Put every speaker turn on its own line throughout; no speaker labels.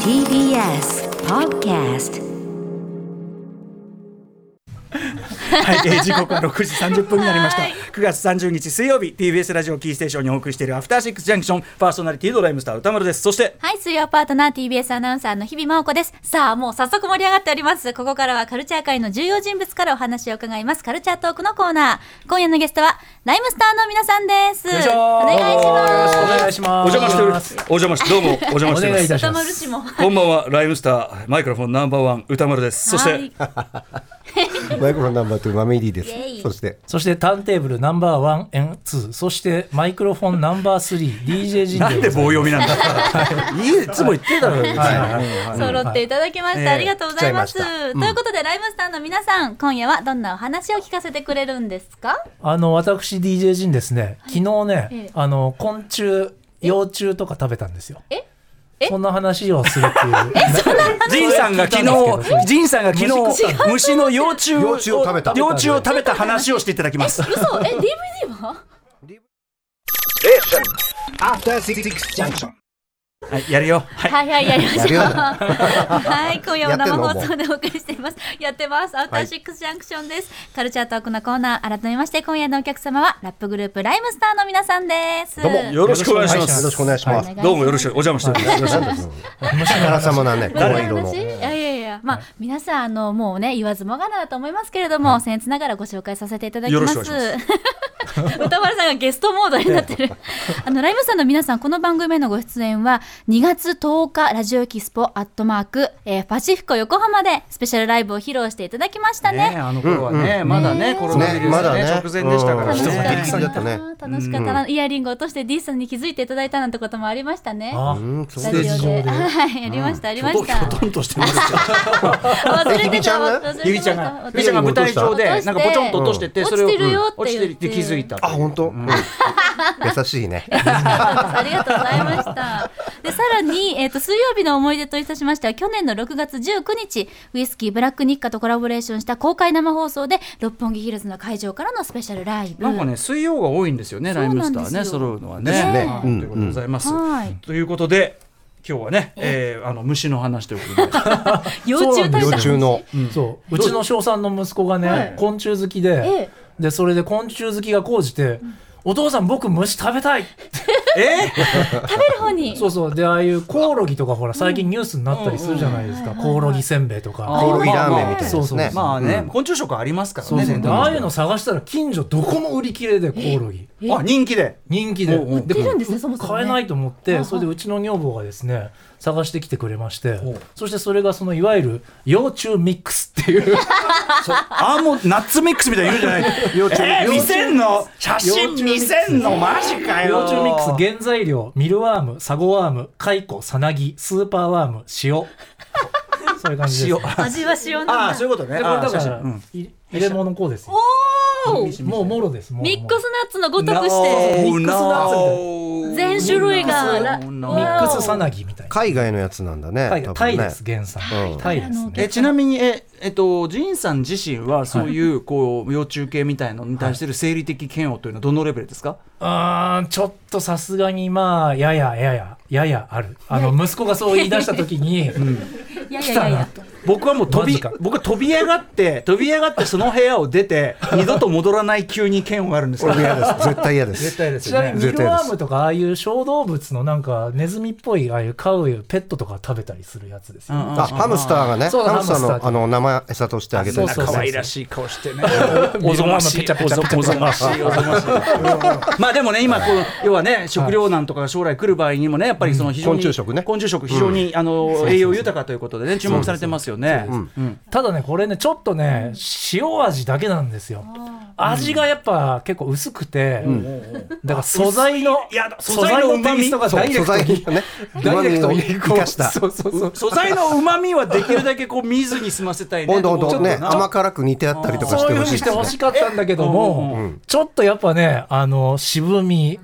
TBS Podcast
はい、えー時刻は6時30分になりました。9月30日水曜日、TBS ラジオキーステーションにお送りしているアフターシックスジャンクション、パーソナリティドライムスター歌丸です。そして、
はい、水曜パートナー TBS アナウンサーの日々真央子です。さあ、もう早速盛り上がっております。ここからはカルチャー界の重要人物からお話を伺います。カルチャートークのコーナー。今夜のゲストは、ライムスターの皆さんです。お
よいしょー
願いします。
お願いし
お
ます。
邪魔しております。お邪魔して、どうもお邪魔してお
お願いい
ります。
たしま
歌
す。
丸氏も。
こんばんは、ライムスター、マイクロフォンナンバーワン、歌丸です。そして、
はい
マイクロナンバー2豆入りで
イエイ
す。そして、
そしてターンテーブルナンバーワンエンツー、そしてマイクロフォンナンバースリー、DJ ジン
なんで棒読みなんだいつも言ってたのよ。
揃っていただきました。
ええ
ありがとうございます。
来ちゃいましたうん
ということで、ライムスターの皆さん、今夜はどんなお話を聞かせてくれるんですか
あの私 DJ ジンですね。昨日ね、
ええ
あの昆虫幼虫とか食べたんですよ。
ええ
そんな話をするっていう。
ジンさんが昨日、ジンさんが昨日、虫の幼虫
幼虫を食べた
幼虫を食べた話をしていただきます。
嘘え、DVD は
はい、やるよ。はい。
はいはい、やりましょ
やる
う。
よ
はい、今夜も生放
やって
送でお送りしています。やってます。アウターシックスジャンクションです。カルチャートークのコーナー、改めまして今夜のお客様は、ラップグループ、ライムスターの皆さんです。
どうも
よろしくお願いしま
は
よろ
す
し。くお願いします。
お願いします
どうもよろしくお邪魔しております。
なんだそのあからさまなね、
誰
声色の
い。やいやいや、まあ、皆さん、あの、もうね、言わずもがなだと思いますけれども、僭越ながらご紹介させていただきます。
よろしくお願
歌丸さんがゲストモードになって る。あの、ライムさんの皆さん、この番組へのご出演は、2月10日、ラジオキスポアットマーク、えーパシフィコ横浜で、スペシャルライブを披露していただきましたね
ね、。あの頃はね、まだね、コロナウイルス
ねまだ
ね
ね
直前でしたから
楽
ね。
しかった
人が激減だったね
楽しかったなイヤリングを落として D さんに気づいていただいたなんてこともありましたね。
あ
うん、そ
ス
う
タ
で
ジ
す
オで。 はい、ありました、ありました。
きょとんとしてます。
忘れてた、忘れてた。
ゆびちゃんが、
忘れ
ゆび
て
ちゃ
た
んが舞台上で、なん
落として
かポチョンと落としてて、
うん
それを
落ちてるよって
うん落ちてるって気づいた。
あ、本当。うん優しいね。
ありがとうございました。で、さらに、えっ、と、水曜日の思い出といたしましては、去年の6月19日、ウイスキーブラック日課とコラボレーションした公開生放送で、六本木ヒルズの会場からのスペシャルライブ。
なんかね、水曜が多いんですよね、
そ
ラ
うな
イ
ん
ム
です
ス
よ
ターね、揃うのは
です
ね
ね。
はいということでございます。
はい。
ということで、今日はね、えーあの虫の話ということで。
幼虫対
幼
策。
虫の。
そううちの小さんの息子がね、昆虫好きで、
え
でそれで昆虫好きが高じて、お父さん僕虫食べたい
えー
食べる方に。
そうそうでああいうコオロギとかほら最近ニュースになったりするじゃないですか、コオロギせんべいとか、
あ
コオロギラーメンみたいなですね。
まあね
う、ん
昆虫食ありますから
そう
ね、
そう
全体
あ
的
あいうの探したら近所どこも売り切れでコオロギ
にあ、人気で。
人気で
おうおう
で
売ってるんですねそもそもね
買えないと思っ
はあ
て
はあ
それでうちの女房がですね探してきてくれまして
おう
そしてそれがそのいわゆる幼虫ミックスっていう
あーもうナッツミックスみたいなのいるじゃない。幼虫えー、見せんの写真見せんのマジかよ。
幼虫ミックス原材料ミルワームサゴワームカイコサナギスーパーワーム塩 そういう感じです
塩。
味は塩なんだ。
ああ、そういうことね。
でこれ
あー
だか
そう
ら、
そううん
い入れ物こうですよ
おー
もうもろですもう
ミックス
も
ナッツのごとくして。
ミックスナッツみたいな
み
全種類がラ
うミックスサナギみたいな
海外のやつなんだね。
タイ
多
タ
分
イ
ね
です原産
うん
タイですね
えちなみにええっとジンさん自身はそういうこう幼虫系みたいのに対する生理的嫌悪というのはどのレベルですか？
うーんちょっとさすがにまあややややややあるあの息子がそう言い出した時に
いやい
来
や
た
いや
な。と
僕はもう飛び
マジか
僕は飛び上が って飛び上がってその部屋を出て二度と戻らない急に嫌悪があるんです
こ
か
れ？嫌です。絶対嫌です。 絶対で
ちなみにミ
絶
ル
対
ワ
で
ー
す
ム。とかああいう小動物のなんかネズミっぽいああいう飼うペットとか食べたりするやつですよね
うんうん
あ、ハムスターがね、
そう
ハムスター
ハムスター
のあの生餌としてあげて
そう
る。
そう
可愛らしい顔してね。おぞましい、
ペチャペ
お
チャ
ぞ
ペチャ
おぞましい、おぞましい。まあでもね、今こう要はね、食糧難とかが将来来る場合にもね、やっぱりその非常に
昆虫食ね
昆虫食非常にあの栄養豊かということでね、注目されてますよね。うん
ただねこれねちょっとね、塩味だけなんですよ味がやっぱ結構薄くて、だから素材の
いや素
素
材
材
の
の
うま
テイ
み
ストが
そ
ダ
う
イレ
素
クト
材
に
のね、う
ダ
ま
イレ
み
クト
を
に
生かした。
そうそうそう
素材の旨味はできるだけこう見ずに済ませたいね。
ほんとほん
ちょ
と
っ
ね、
な
甘辛く煮てあったりとかし
そう
て
いう
ほ
ふう
しい
にし
で
て
すね
ほ。しかったんだけども、
うん
ちょっとやっぱねあの渋み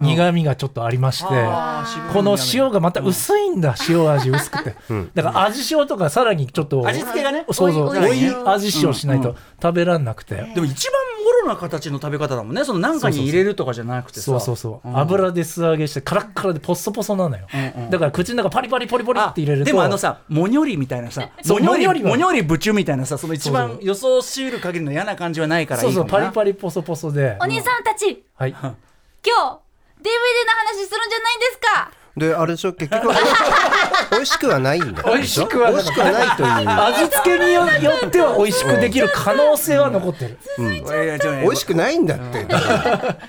苦みがちょっとありまして、
あー渋い
この塩がまた薄いんだ、塩味薄くて、だから味塩とかさらにちょっと
味付けがね
そうそう
おいおい
味塩しないと食べらんなくて、
でも一番もろな形の食べ方だもんねそのなんかに入れるとかじゃなくてさ
そうそうそう、
ん
油で素揚げしてカラッカラでポッソポソなのよ、
うんうん
だから口の中パリパリポリポリって入れると
でもあのさモニョリみたいなさ
そう
モニョ
モ
リ
ニョリは
モニョリ部中みたいなさその一
そう
番
そ
予想しうる限りの嫌な感じはないからいい
そうそう
かも
パ
な
リパリポソポソで
お兄さんたち、
はい
今日 DVD の話するんじゃないんですか
であれでしょ 結局美味しくはないんだ
美味しくは
美
な
味しくはないという
味付けによっては美味しくできる可能性は残ってる、
いやいや
美味しくないんだって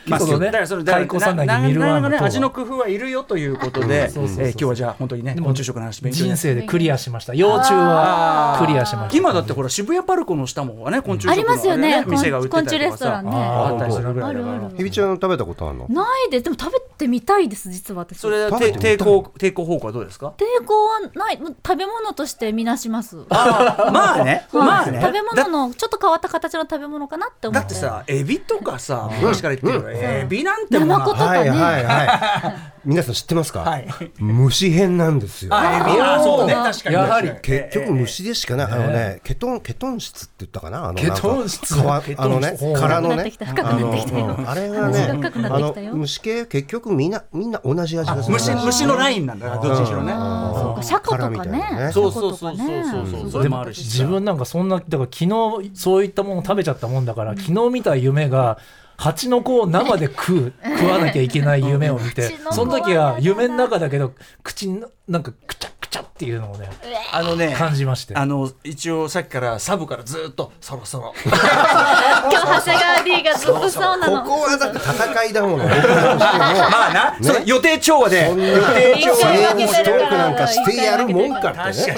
まあ、
そうね
だからそれだから
太鼓さなぎ
な
見るわ
ななな
の塔は
味の工夫はいるよということで、え
そうそうそう
ー今日はじゃあ本当にね、
でも
昆虫食の話勉強にな
人
る
生でクリアしました幼虫はクリアしました
今だってほら渋谷パルコの下もはね昆虫食の
ありますよね
あれ店が売ってたりとか
昆虫
さ
レストランね
あったりするぐらいだから
あるある
ひびちゃん食べたことあ るの
ないですでも食べてみたいです実は私
それ
食べ
て
てみたい
抵抗抵抗方向はどうですか
抵抗はないもう食べ物としてみなします
まあねまあね
食べ
だ
物のちょっと変わった形の食べ物かなって思
だ
っ
っててさエビとかさ昔から言ってるけどエビなんてもん
ナマコとかね
はいはいはい皆さん知ってますか、
はい
虫編なんですよ
あエビあそうね
おー
確かに
やはり
結局虫でしかない、あのねケトンケトン質って言ったかなあの
ケトン質
なんか皮
ケトン質
あのね
ほう
殻の
深くなって
ね
きた深く
あ
なっ
の
てきたよ
うんあれがね
味が深くなってきたよ
あの虫系結局みんなみんな同じ味がする
虫虫のラインなんだからどっちにしろね
あーそうかシャコとかね
殻みたいなね
そうそうそうそうそう
シャコとかね
そうそ
で
れも
も
あるし
自分なんかそんなだから昨日そういったもの食べちゃったもんだから昨日見た夢が蜂の子を生で食う食わなきゃいけない夢を見
蜂
て
の子は
その時は夢の中だけど口になんかくちゃくちゃっていうのをね
あのね
感じまして
あの一応さっきからサブからずっとそろそろ
今日長谷川 D がずっとそうな
こ
の
こはだって戦いだ もの
まあな、その予定調和で
そんな予定
調和
にストークなんかしてやるもんかってね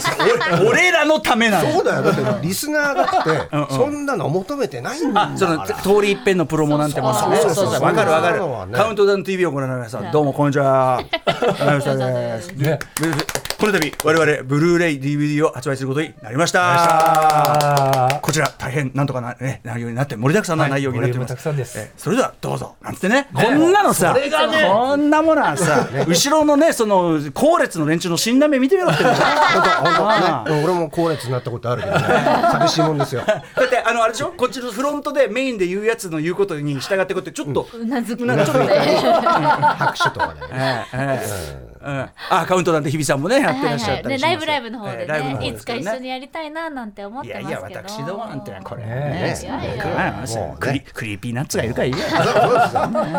俺俺らのためなの
そうだよだってリスナーだ
んうん
ってそんなの求めてないんだ
あその
から
通り一遍のプロモなんてもんね
そうそうそうそう
わかるわかる
そういうのはね
カウントダウン TV をご覧の皆さんどうもこんにちはライムスターです
ね
この度我々ブルーレイ DVD を発売することになりました
あ
こちら大変なんとかなね内容になって盛りだくさんの内容になっております
はい盛りだくさんです
えそれではどうぞなんつってねこんなのさ
それがね
こんなものはさ後ろのねその後列の連中の死んだ目見てみろってことだよ
本当ね俺も後列になったことあるけどね寂しいもんですよ
だってあのあれでしょこっちのフロントでメインで言うやつの言うことに従ってこうってちょっと、
うなずく
なんかちょっと
拍手とかね
ええええうんあカウントなんて日比さんもねやってらっしゃったりしま
ラ
すよ
イブライブの方で
ええライブの
ね
方
い
で
つ
すけ
か
ど
一緒にやりたいななんて思っ
い
てま
や
すけ
い
ど
や私どもなんてこれ
ね
ね
え
なんかな
もうね
クリクリーピーナッツがいるからいいや
そうですよね
ナ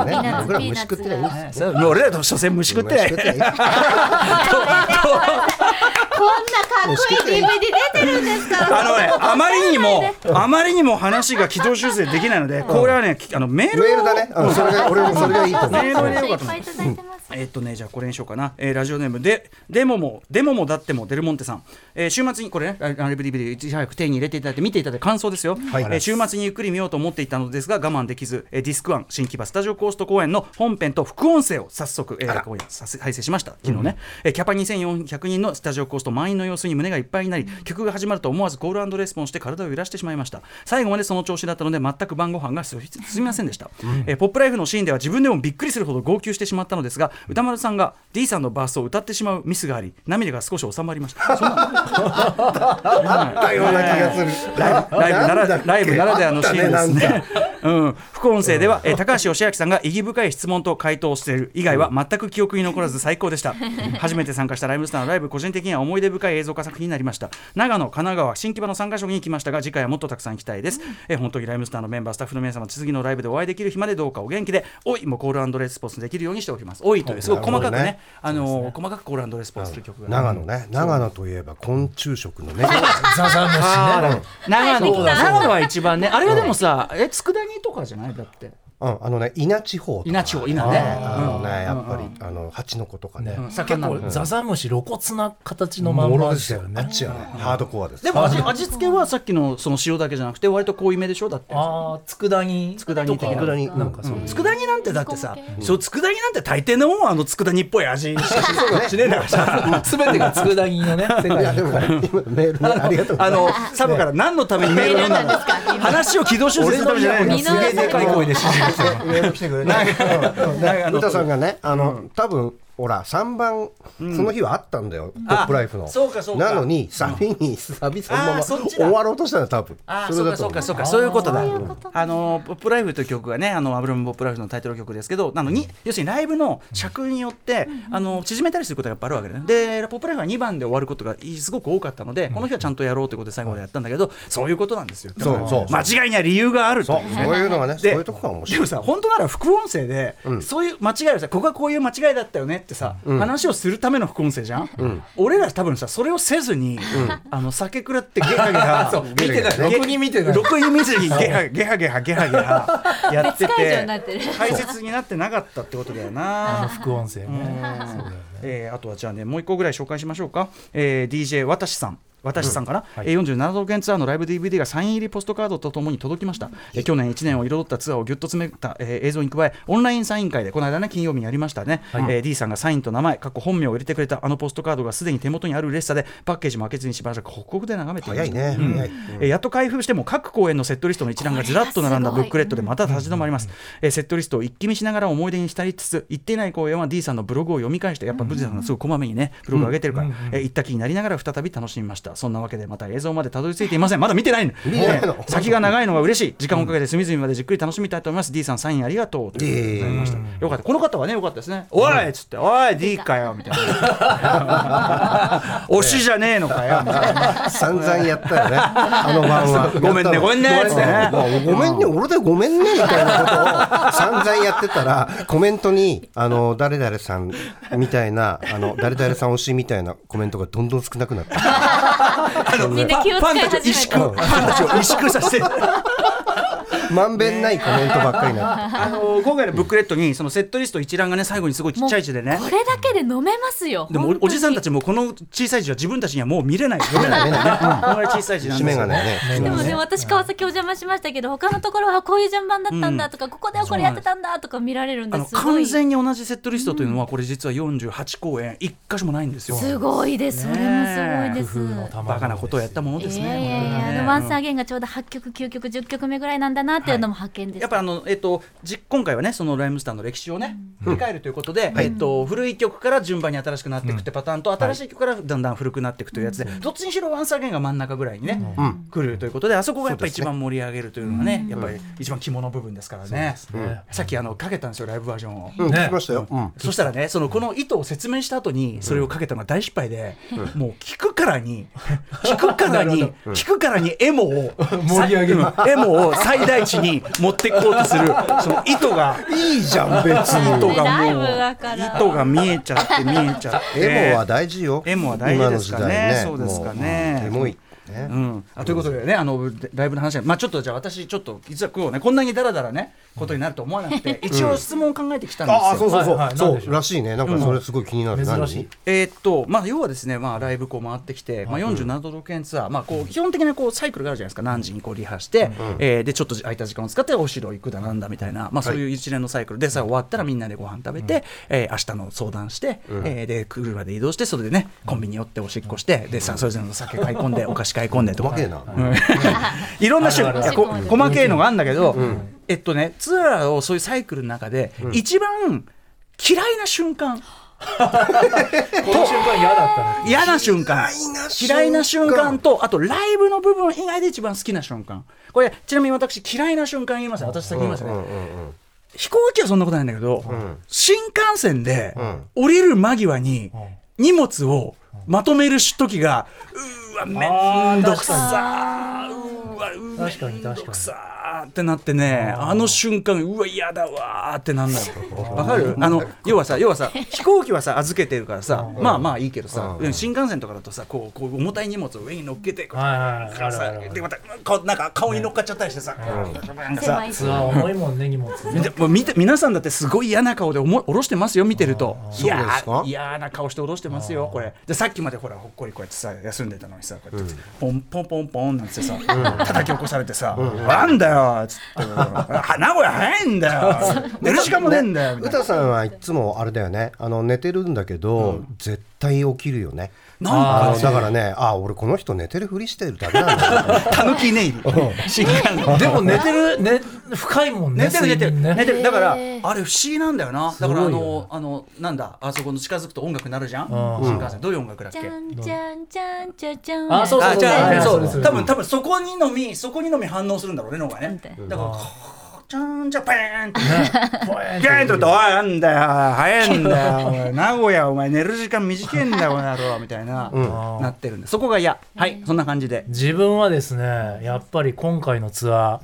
ッツ
僕ら虫食ってりゃいいです
そうもう俺らと所詮虫食ってない
りゃいいです
こんなかっこいい DVD 出てるんですから
あのね、あまりに も、あまりにも話が軌道修正できないので、これはね、きあのメールを
メールだねうんそれが俺もそれがいいと思
メールを入れよう
い
か
っ
と
ぱ
思
い
っ
い
て。
ただいてます
えっとね、じゃあこれにしようかな、えーラジオネームで、デモも、デモもだっても、デルモンテさん、えー週末に、これね、ラライブ DVD、いち早く手に入れていただいて、見ていただいて、感想ですよ、
い
えー週末にゆっくり見ようと思っていたのですが、我慢できず、えーディスクワン、新木場スタジオコースト公演の本編と副音声を早速、えー公演させ配信しました、昨日ね、えーキャパ2400人のスタジオコースト満員の様子に胸がいっぱいになり、曲が始まると思わずコールレスポンして体を揺らしてしまいました、最後までその調子だったので、全く晩ご飯が進み進みませんでした、えーポップライフのシーンでは自分でもびっくりするほど号泣してしまったのですが、歌丸さんが D さんのバースを歌ってしまうミスがあり、涙が少し収まりました。そんな
だような気がする
ライブライブならライブならではのシーンですね。
あっ
うん、副音声では、えー高橋義明さんが意義深い質問と回答をしている以外は全く記憶に残らず最高で した。初めて参加したライブスターのライブ、個人的には思い出深い映像化作品になりました。長野、神奈川、新木場の3カ所に行きましたが、次回はもっとたくさん行きたいです。えー本当にライブスターのメンバー、スタッフの皆様、次のライブでお会いできる日までどうかお元気で、おいもうコールレスポンスできるようにしておきます。おいという、すごい細かくね、
なる
あのー細かくコールレスポンスという曲が、
長野ね長野といえば昆虫食のね
ザザムシ
は
長野、
ね
い
長野は一番ね、あれはでもさ、え、佃煮とかじゃないだって。
うんあのね稲地方とか
稲地方、稲
あ
ね。
のねやっぱりあの蜂の子とかね
ね
酒飲む
結構ザザムシ露骨な形のまん
も
ま
ろ
で
ですす
よ
よ
ね
あっちはねハードコアです
でも味、味付けはさっきのその塩だけじゃなくて、割と濃いめでしょだって。
ああ佃煮
佃煮的な
佃煮なんかそう
うん佃煮なんてだってさ、そう佃煮なんて大抵のもんはあの佃煮っぽい味にしかしねえんだからさ。
すべてが佃煮のね世
い
界
やでもね今メールねありがとうござ
あ
います
のサブから何のためにメールを読んだんですか 話を軌道修正するためじゃないの
俺の家も
すげえでかい声で指示
メール来てくれない。うんうんね
長野
歌さんがね、あの、多分ほら3番、その日はあったんだよ「ポップライフの
そうかそうか
なのにサビにサビそのま
あー
ま
そっちだ
終わろうとしたんだ多分
あー
れ
そう
だ
か
と
そう
思
か
う
そうかそういうことだ
そういうこと
あのポップライフという曲がねあのアブラム・ポップライフのタイトル曲ですけどなのに要するにライブの尺によってあの縮めたりすることがやっぱあるわけだよねでポップライフは2番で終わることがいすごく多かったのでこの日はちゃんとやろうということで最後までやったんだけどそういうことなんですよ
そうそう
間違いには理由があると
そう
いうね
そういうのがねそう
で
いうとこが面
で
白
も
い
さ本当なら副音声で、
うん
そういう間違いをさここはこういう間違いだったよねってさ、
ん
話をするための副音声じゃん、
ん
俺ら多分さそれをせずに、あの酒くらってゲハゲ ハ
そう
見てない
ろくに見てない
ろくに見ずにゲハゲハゲハゲハゲハやって
別会場になっててる
解説になってなかったってことだよ
あの
な。
副音声ね。
うん えーあとはじゃあねもう一個ぐらい紹介しましょうか、えー DJ 渡しさん私さんから、
はい
えー47都道県ツアーのライブ DVD がサイン入りポストカードとともに届きました、えー去年1年を彩ったツアーをぎゅっと詰めた、えー映像に加えオンラインサイン会でこの間ね金曜日にやりましたね、えー D さんがサインと名前過去本名を入れてくれたあのポストカードがすでに手元にある嬉しさでパッケージも開けずにしばらく北国で眺めていました
早いね
うん
早い
えーやっと開封しても各公演のセットリストの一覧がずらっと並んだブックレットでまた立ち止まります、えーセットリストを一気見しながら思い出に浸りつつ行っていない公演は D さんのブログを読み返してやっぱブジさんがすごいこまめにねブログ上げてるから、
うん
えー行った気になりながら再び楽しみましたそんなわけでまた映像までたどり着いていませんまだ見てないの
見てないの
えー先が長いのが嬉しい時間をかけて隅々までじっくり楽しみたいと思います D さんサインありがとうということでございました、
うん
よかったこの方はねよかったですねおいっつっておい D かよみたいな 推しじゃねえのかよみたいな
散々やったよねあの晩は
ごめんねごめんね
やったわ
ご
もうごめんね俺でごめんねみたいなことを散々やってたらコメントにあの誰々さんみたいなあの誰々さん推しみたいなコメントがどんどん少なくなって
みんな気を
ファ
使
ン
い
たちを萎
始め
縮、ファンたちを萎縮させて、
まんべんないコメントばっかりになって
あの今回のブックレットに、そのセットリスト一覧がね、最後にすごいちっちゃい字でね
た。 これだけで飲めますよ
でも
本当
おお
に
じさんたちもこの小さい字は自分たちにはもう見れない、読めない、
見れない
ね、このぐらい小さい字なん
締
で
め
す
が
よ。
ね
でも
ね
ね、私川崎お邪魔しましたけど他のところはこういう順番だったんだとか、ここではこれやってたんだとか見られるん
あ
で
の
すご
完
いす
全に同じセットリストというのは、これ実は48公演、一箇所もないんですよ。
ごいです、それもすごいです
工夫のたま
バカなことをやったものです
い
ね。
やいやい
本当に
や、
ね
でワンスアゲンがちょうど8曲、9曲、10曲目ぐらいなんだなっていうのも発見です。
やっぱあの、えっと、じ今回はねそのライムスターの歴史をね、振り返るということで、えっと、古い曲から順番に新しくなっていくってパターンと、新しい曲からだんだん古くなっていくというやつで、どっちにしろワンサーゲンが真ん中ぐらいにね、
うん
来るということであそこがやっぱり一番盛り上げるというのがねやっぱり一番肝の部分ですからね
うですね
さっきあのかけたんですよライブバージョンを。
うん
ね
聞きましたようん
そしたらねそのこの意図を説明した後にそれをかけたのが大失敗で、もう聞くからに聞くからに聞くからにエモを
盛り上げる
さうんエモを最大値に持ってこうとするその意図が
いいじゃん別
意図
に
が
ライ
も
ブ
う
だから
意図が見えちゃって見えちゃって
エモは大事よ
エモは大事ですからね
今の時代
そうですかね
もうエモいね
うん、あということでね、あのでライブの話は、まあ、ちょっとじゃあ、私、ちょっと実は今日ね、こんなにだらだらね、ことになると思わなくて、一応質問を考えてきたんですよ。
ああそうそうそう、
はいはい
そ
なんでしょ
う
う
らしいねなんかそれすごい気になる、
うん
何
珍しい
えーっとまあ、要はですね、まあ、ライブこう回ってきて、まあ、47都道県ツアー、まあ、こう基本的なこうサイクルがあるじゃないですか、何時にこうリハして、えーでちょっと空いた時間を使って、お城行くだなんだみたいな、まあ、そういう一連のサイクルで、さあ終わったらみんなでご飯食べて、えー明日の相談して、えーで車で移動して、それでね、コンビニ寄っておしっこして、でさあそれぞれの酒買い込んで、お菓子買い込んでと
わ
か
け。な、
いろんな種類
あるあ
い
る
やこ
うん
細けいのがあるんだけど、えっとねツアーをそういうサイクルの中で、一番嫌いな瞬間
この瞬間嫌だったね。
嫌な瞬間嫌いな瞬間とあとライブの部分以外で一番好きな瞬間これちなみに私嫌いな瞬間言いますね私先言いますね、
うんうんうん
飛行機はそんなことないんだけど、
ん
新幹線で
ん
降りる間際に荷物をまとめる時がうーわめんどくさーうーわうーわ
確か
め
に確かに
んどくさーってなってねあの瞬間うわ嫌だわーってなんないわかるあの要はさ要はさ飛行機はさ預けてるからさまあまあいいけどさ
うん
新幹線とかだとさこうこう重たい荷物を上に乗っけてこう
はいはいはい。あるあ
さ
るあ
で
る
またこうなんか顔に乗っかっちゃったりしてさなんかさ
狭いし
ツアー重いもんね荷物ね。
でもう見て皆さんだってすごい嫌な顔でおも下ろしてますよ見てるとい
そうで
や
すか
ー嫌な顔して下ろしてますよこれでさっきまでほらほっこりこうやってさ休んでたのにさこうやって、ポンポンポンポンなんてさ、叩き起こされてさ「なんだよ」つって「名古屋早いんだよ」寝る時間もねえんだよ」みたいな
歌さんはいつもあれだよねあの寝てるんだけど、絶対起きるよね。
なん
あ
か
あのだからね、あ俺この人寝てるふりしてるだけなんだ な。
たぬき寝入り新幹線
でも寝てる、ね、深いもんね。
寝てる寝てる
睡眠
寝
ね。
てるだからあ
へ
れ
ー
不思議なんだよなだからあ
すごいよ
のあのなんだあそこの近づくと音楽になるじゃん
うん
新幹線どういう音楽だっ
じゃ
け
んじゃんじゃんじゃんじゃん
あそう
あじゃあ
そ
そう
そうそう
う多分多分そこにのみそこにのみ反応するんだろうね脳が
なん
ね
て
だからちゃんじゃペーンって
ぽえん
ギャンとどうなんだよ早いんだよおい名古屋お前寝る時間短いんだよこの野郎みたいな、
うん
なってるんでそこが嫌はいそんな感じで
自分はですね、やっぱり今回のツアー、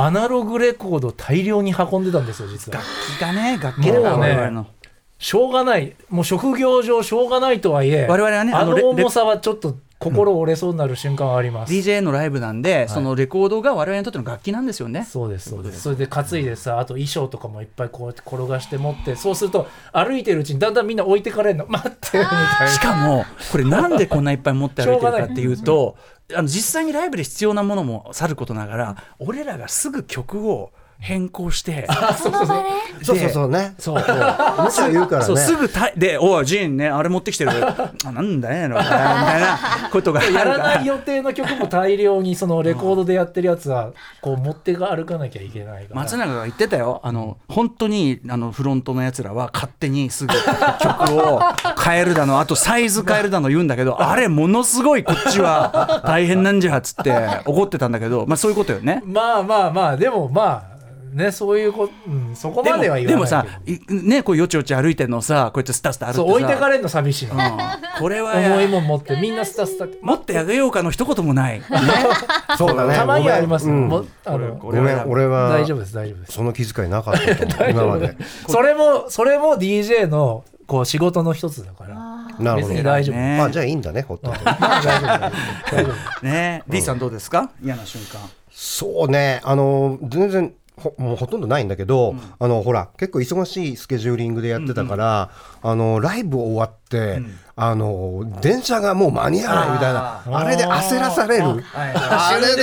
アナログレコード大量に運んでたんですよ、実は。
気がね楽器だから
もうね
我々の
しょうがない、もう職業上しょうがないとはいえ、
我々はね
あ
あ
の
のレ
重さはちょっと心折れそうになる瞬間はあります。
DJ のライブなんで、そのレコードが我々にとっての楽器なんですよね
そうですそうですそれで担いでさあと衣装とかもいっぱいこうやって転がして持ってそうすると歩いてるうちにだんだんみんな置いてかれるの待ってみたい な
しかもこれなんでこんないっぱい持って歩いてるかっていうとあの実際にライブで必要なものもさることながら俺らがすぐ曲を変更して
その場で
そうそうそうね。
そう
むしろ言うから
そう
ね。
すぐたいで「おいジーンねあれ持ってきてるあなんだよな」みたいなことがあるか
やら
ら
ない予定の曲も大量にそのレコードでやってるやつはこう持ってが歩かなきゃいけないから
松永が言ってたよあの本当にあのフロントのやつらは勝手にすぐ 曲を変えるだのあとサイズ変えるだの言うんだ けどあれものすごいこっちは大変なんじゃっつって怒ってたんだけどまあそういうことよね。
まあまあまあでもまあねそういうこ、うん、そこ
で
ま
も
では言わないけど
でもさいねこうよちよち歩いてんのさこうやってスタスタ歩いてさ
そう置いてかれんの寂しいの、
うん これは
重いもん持ってみんなスタスタ
持ってあげようかの一言もない。
そうだね。
たまにはあります
ご
よ、
めんう
も
ん
あの
ごめん、俺は
大丈夫です大丈夫です
その気遣いなかったと思う今まで。
それもそれも DJ のこう仕事の一つだから
なるほ
別に
ど。
大丈夫、
ね
あじゃあいいんだね、ほっといて。
まあ大丈夫大丈夫
ね D さんどうですか嫌な瞬間。
そうね、あの全然ほもうほとんどないんだけど、あのほら結構忙しいスケジューリングでやってたから、あのライブ終わって、あの電車がもう間に合わないみたいな
あ
あれで焦らされる。あれ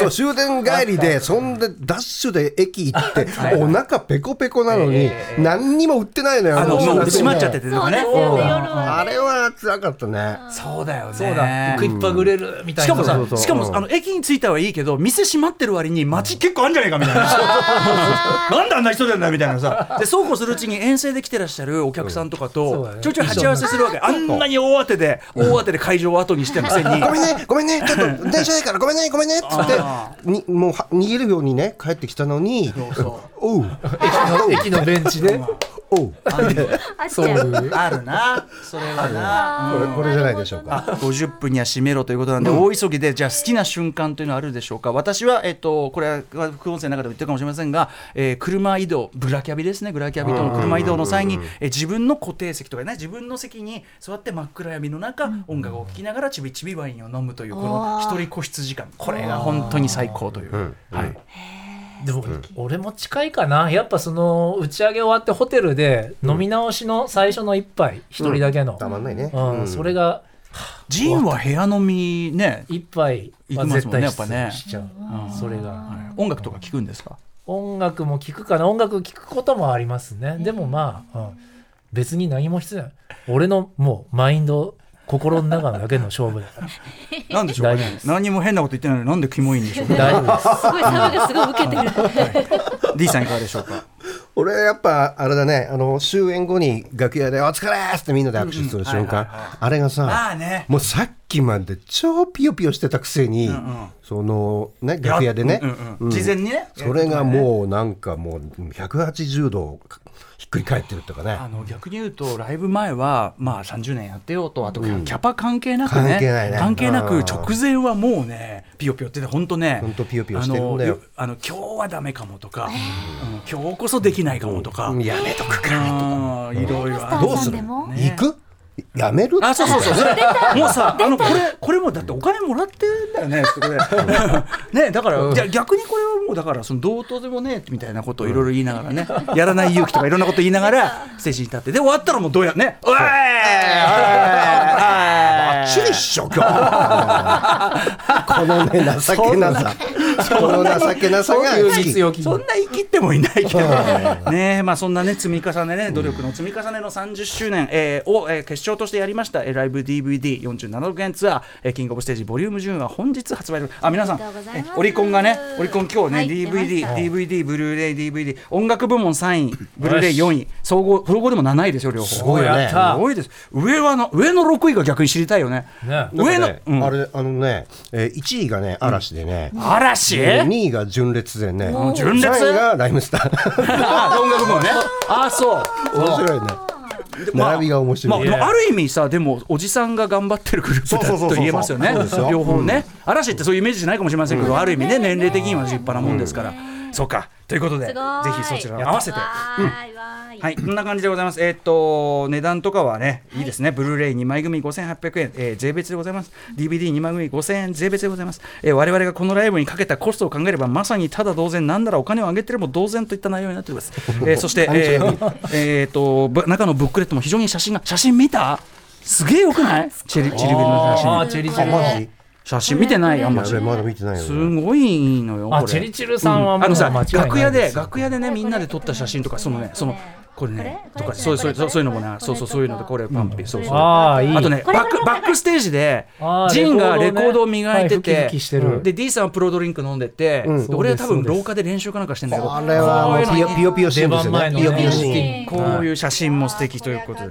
で
終電帰りね
そんでそう終電帰りでそんでダッシュで駅行ってお腹ペコペコなのに何にも売ってないのよ
あの
も
も
う
う閉まっちゃっててと
そ
か
うで
ね
す。よね夜は
あれは辛かったね
そうだよね。
そうだ食いっぱぐれるみたい
し
な
かもさ
そうそうそう
しかもあの駅に着いたはいいけど店閉まってる割に街結構あるんじゃないかみたいななんであんな人なんだみたいなさでそうこうするうちに遠征で来てらっしゃるお客さんとか
そう
と
だね
ちょいちょい鉢合わせするわけあんなに大当てで大当てで会場を後にしてるくせに
ごめんね、ごめんね、ちょっと電車ないからごめんね、ごめんねっつ
あ
って、にもうは逃げるようにね、帰ってきたのに、 おう、
駅のベンチ で
おう、
あっち
そうい
ゃう
う
あるなそれはな
これこれじゃないでしょうか。
あ50分には締めろということなんで、大急ぎで、じゃあ好きな瞬間というのはあるでしょうか、私は、えっと、これは副音声の中でも言ってるかもしれませんが、えー車移動、ブラキャビですね、ブラキャビとの車移動の際に、えー自分の固定席とかね、自分の席に座って真っ暗闇の中、音楽を聴きながら、ちびちびワインを飲むという、この一人個室時間、これが本当に最高という。はい
でも、俺も近いかなやっぱその打ち上げ終わってホテルで飲み直しの最初の一杯一、人だけの、
たまんないね。
うんそれが
ジンは部屋飲みね、
一杯は絶対必須しちゃう、
ね
それが、
音楽とか聴くんですか
音楽も聴くかな音楽聴くこともありますねでもまあ、うん別に何も必要ない俺のもうマインド心の中だけの勝負だから
なんでしょうか
大丈夫
ね
で。す
何も変なこと言ってないのになんでキモいんで しょうね。
大丈夫です
すごいサブがすごい受けてる
D さんいかがでしょうか。
俺やっぱあれだね、あの終演後に楽屋でお疲れーっつってみんなで握手する瞬間、あれが
まあ
さ、
ね。
もうさっきまで超ピヨピヨしてたくせに
ん、
そのね楽屋でね
うんうん、
うん
事前にね
それがもうなんかもう180度ひっくり返ってるとかね
あ。の逆に言うとライブ前はまあ30年やってようとあとキャパ関係なくね,、
関係ないね
関係な
う
く
ん
直前はもうねピヨピヨってて本当ね
ほんとピヨピヨしてるんだよ
あのよあの今日はダメかもとか、うん今日こそできないかもとか、
うんやめとくか。
あーいろいろある
どうする
でも
行くやめる
あ、そうそうそう。それもうさ、あの、これ、これもだってお金もらってんだよね、 そこで。ね、だから、じゃあ逆にこれはもう、だから、その、どうとでもね、みたいなことをいろいろ言いながらね、やらない勇気とかいろんなこと言いなが ら、ステージに立って、で、終わったらもうどうや、ね、おいおいおい
バッチリっしょ今日このね情けなさこの情けなさが好き
密容器
そんな言い切ってもいないけど
う
ねえまあそんなね積み重ねね努力の積み重ねの30周年、えーを、えー決勝としてやりました、えーライブ DVD47 億円ツアー、えーキングオブステージボリューム10は本日発売のあ皆さん
ありがとうござい
え
ます
ーオリコンがねオリコン今日ね、
はい出ま
DVD
した
DVD ブルーレイ DVD 音楽部門3位ブルーレイ4位総合総合でも7位ですよ両方
すごいよね
やった
すごいです上はの上の6位が逆に知りたいよね
ね
上の、
なんかね
うん
あれあのね、えー、1位がね嵐でね、
嵐
で2位が純烈でね
おー純烈
3位がライムスター
あ 音楽部門ねあそう
面白いね並びが面
ま
白
あ、
い、
でもある意味さでもおじさんが頑張ってるグループ
そう
だ
そうそうそう
と言えますよね
そうですよ
両方ね、嵐ってそういうイメージじゃないかもしれませんけど、ある意味ね年齢的には立派なもんですから、そうかということでぜ
すごい
ひそちらに合わせて
わ
は
ーいわーい
いこんな感じでございますえーっと値段とかはねいいですね、ブルーレイ2枚組5800円、えー税別でございます DVD2 枚組5000円税別でございます、えー我々がこのライブにかけたコストを考えればまさにただ同然なんならお金を上げてれば同然といった内容になって おります、えーそして、えーえーっとぶ中のブックレットも非常に写真が写真見たすげえよくないチェリチェリビルの写
あ
真
ーチェリチ
あ
ェル
マジ
写真見てないあんま
や
り
べまだ見てないよ、
す
ね、
ごいのよこれ
あチェリチルさんはも
あ
う
の
間違
さ
いないですよ
楽屋で楽屋でねみんなで撮った写真とかそのねそのこれね
ことれこ
か
れ
そういうそういう
これ
そういうのもね
これ
そうそうそういうのとこれパンピそうそうあ
ああいい
とね
これ
バックバックステージで
あー
ジンがレ
レ
コ
コ
ード
ード
を
をね
磨いて
はい
て
ふきふきしてる
で D さんはプロドリンク飲んでてで俺は多分
そうですそうです
廊下で練習かなんかしてんだけど
あれはもうピヨピヨピヨシーンですよ
出番前
ね
の
ピ
ね
ヨピヨシーン
い
こういう写真も素敵ということで。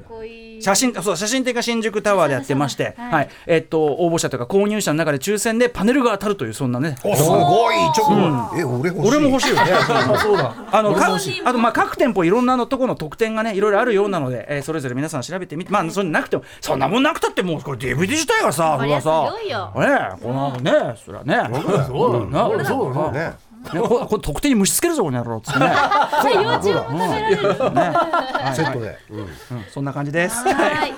写真そう写真展が新宿タワーでやってまして、
そう
は
だ
い
そうだ
えっと、応募者というか購入者の中で抽選でパネルが当たるというそんなね
おすごいちょっと、え俺欲しい
俺も欲しいよね
そうだ
あのか
欲しい
あとまあ各店舗いろんなのとこの特典がねいろいろあるようなので、えーそれぞれ皆さん調べてみてまあそれなくてもそんなもんなくたってもうこれ DVD 自体がさ
こりゃ
そらさ
すごいよ
ねえこのねそりゃね
そうだ
な
そうだね
ねここれ特典に虫つけるぞこの野郎っつ ってね
幼虫も食べられる
セットで、うん
うんそんな感じです。
はい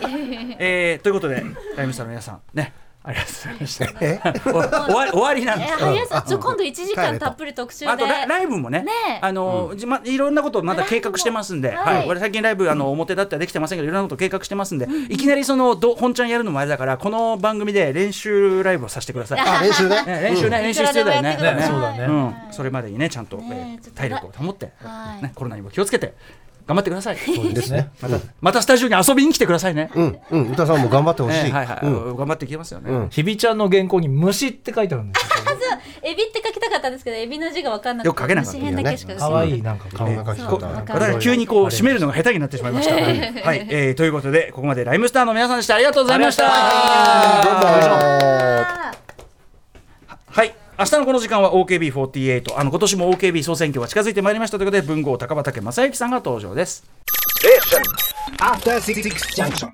えー、ということで、ライムスターの皆さん、ね、ありがとうござい ました。
え
お 終わり終わりなん
え
です。
林さんちょ今度一時間たっぷり特集で
あとラライブもね、
ねえ
あのじまいろんなことまだ計画してますんで、
ライブもはい
はい、俺最近ライブあの表だってはできてませんけど、いろんなこと計画してますんで、いきなりそのど本ちゃんやるのもあれだから、この番組で練習ライブをさせてください。
あ練習ね
ね、 練習ね、練習必要だよね。
いくらでもやってくだ
ね
さい
そうだね
うん、それまでにね、ちゃんと,、
ねえ
え
ちょっ
ー
と
体力を保って、
はい
ね、コロナにも気をつけて頑張ってください。
ですね
またスタジオに遊びに来てくださいね。
うんうん歌さんも頑張ってほしい、
ねはいはい、
うん
頑張っていきますよね。
うん
ひびちゃんの原稿に虫って書いてあるんですよ
エビって書きたかったんですけどエビの字が分かんなくて
よく書けなかった
虫
よね
編だけしか
うん
可愛いなんか
こ
顔
んな
が
感じだった
そう
な
私は急にこう締めるのが下手になってしまいました。はい、えーということでここまでライムスターの皆さんでした。ありがとうございました。
どうも
はい。明日のこの時間は OKB48 あの今年も OKB 総選挙が近づいてまいりましたということで文豪高畑正幸さんが登場です。
After Six Junction.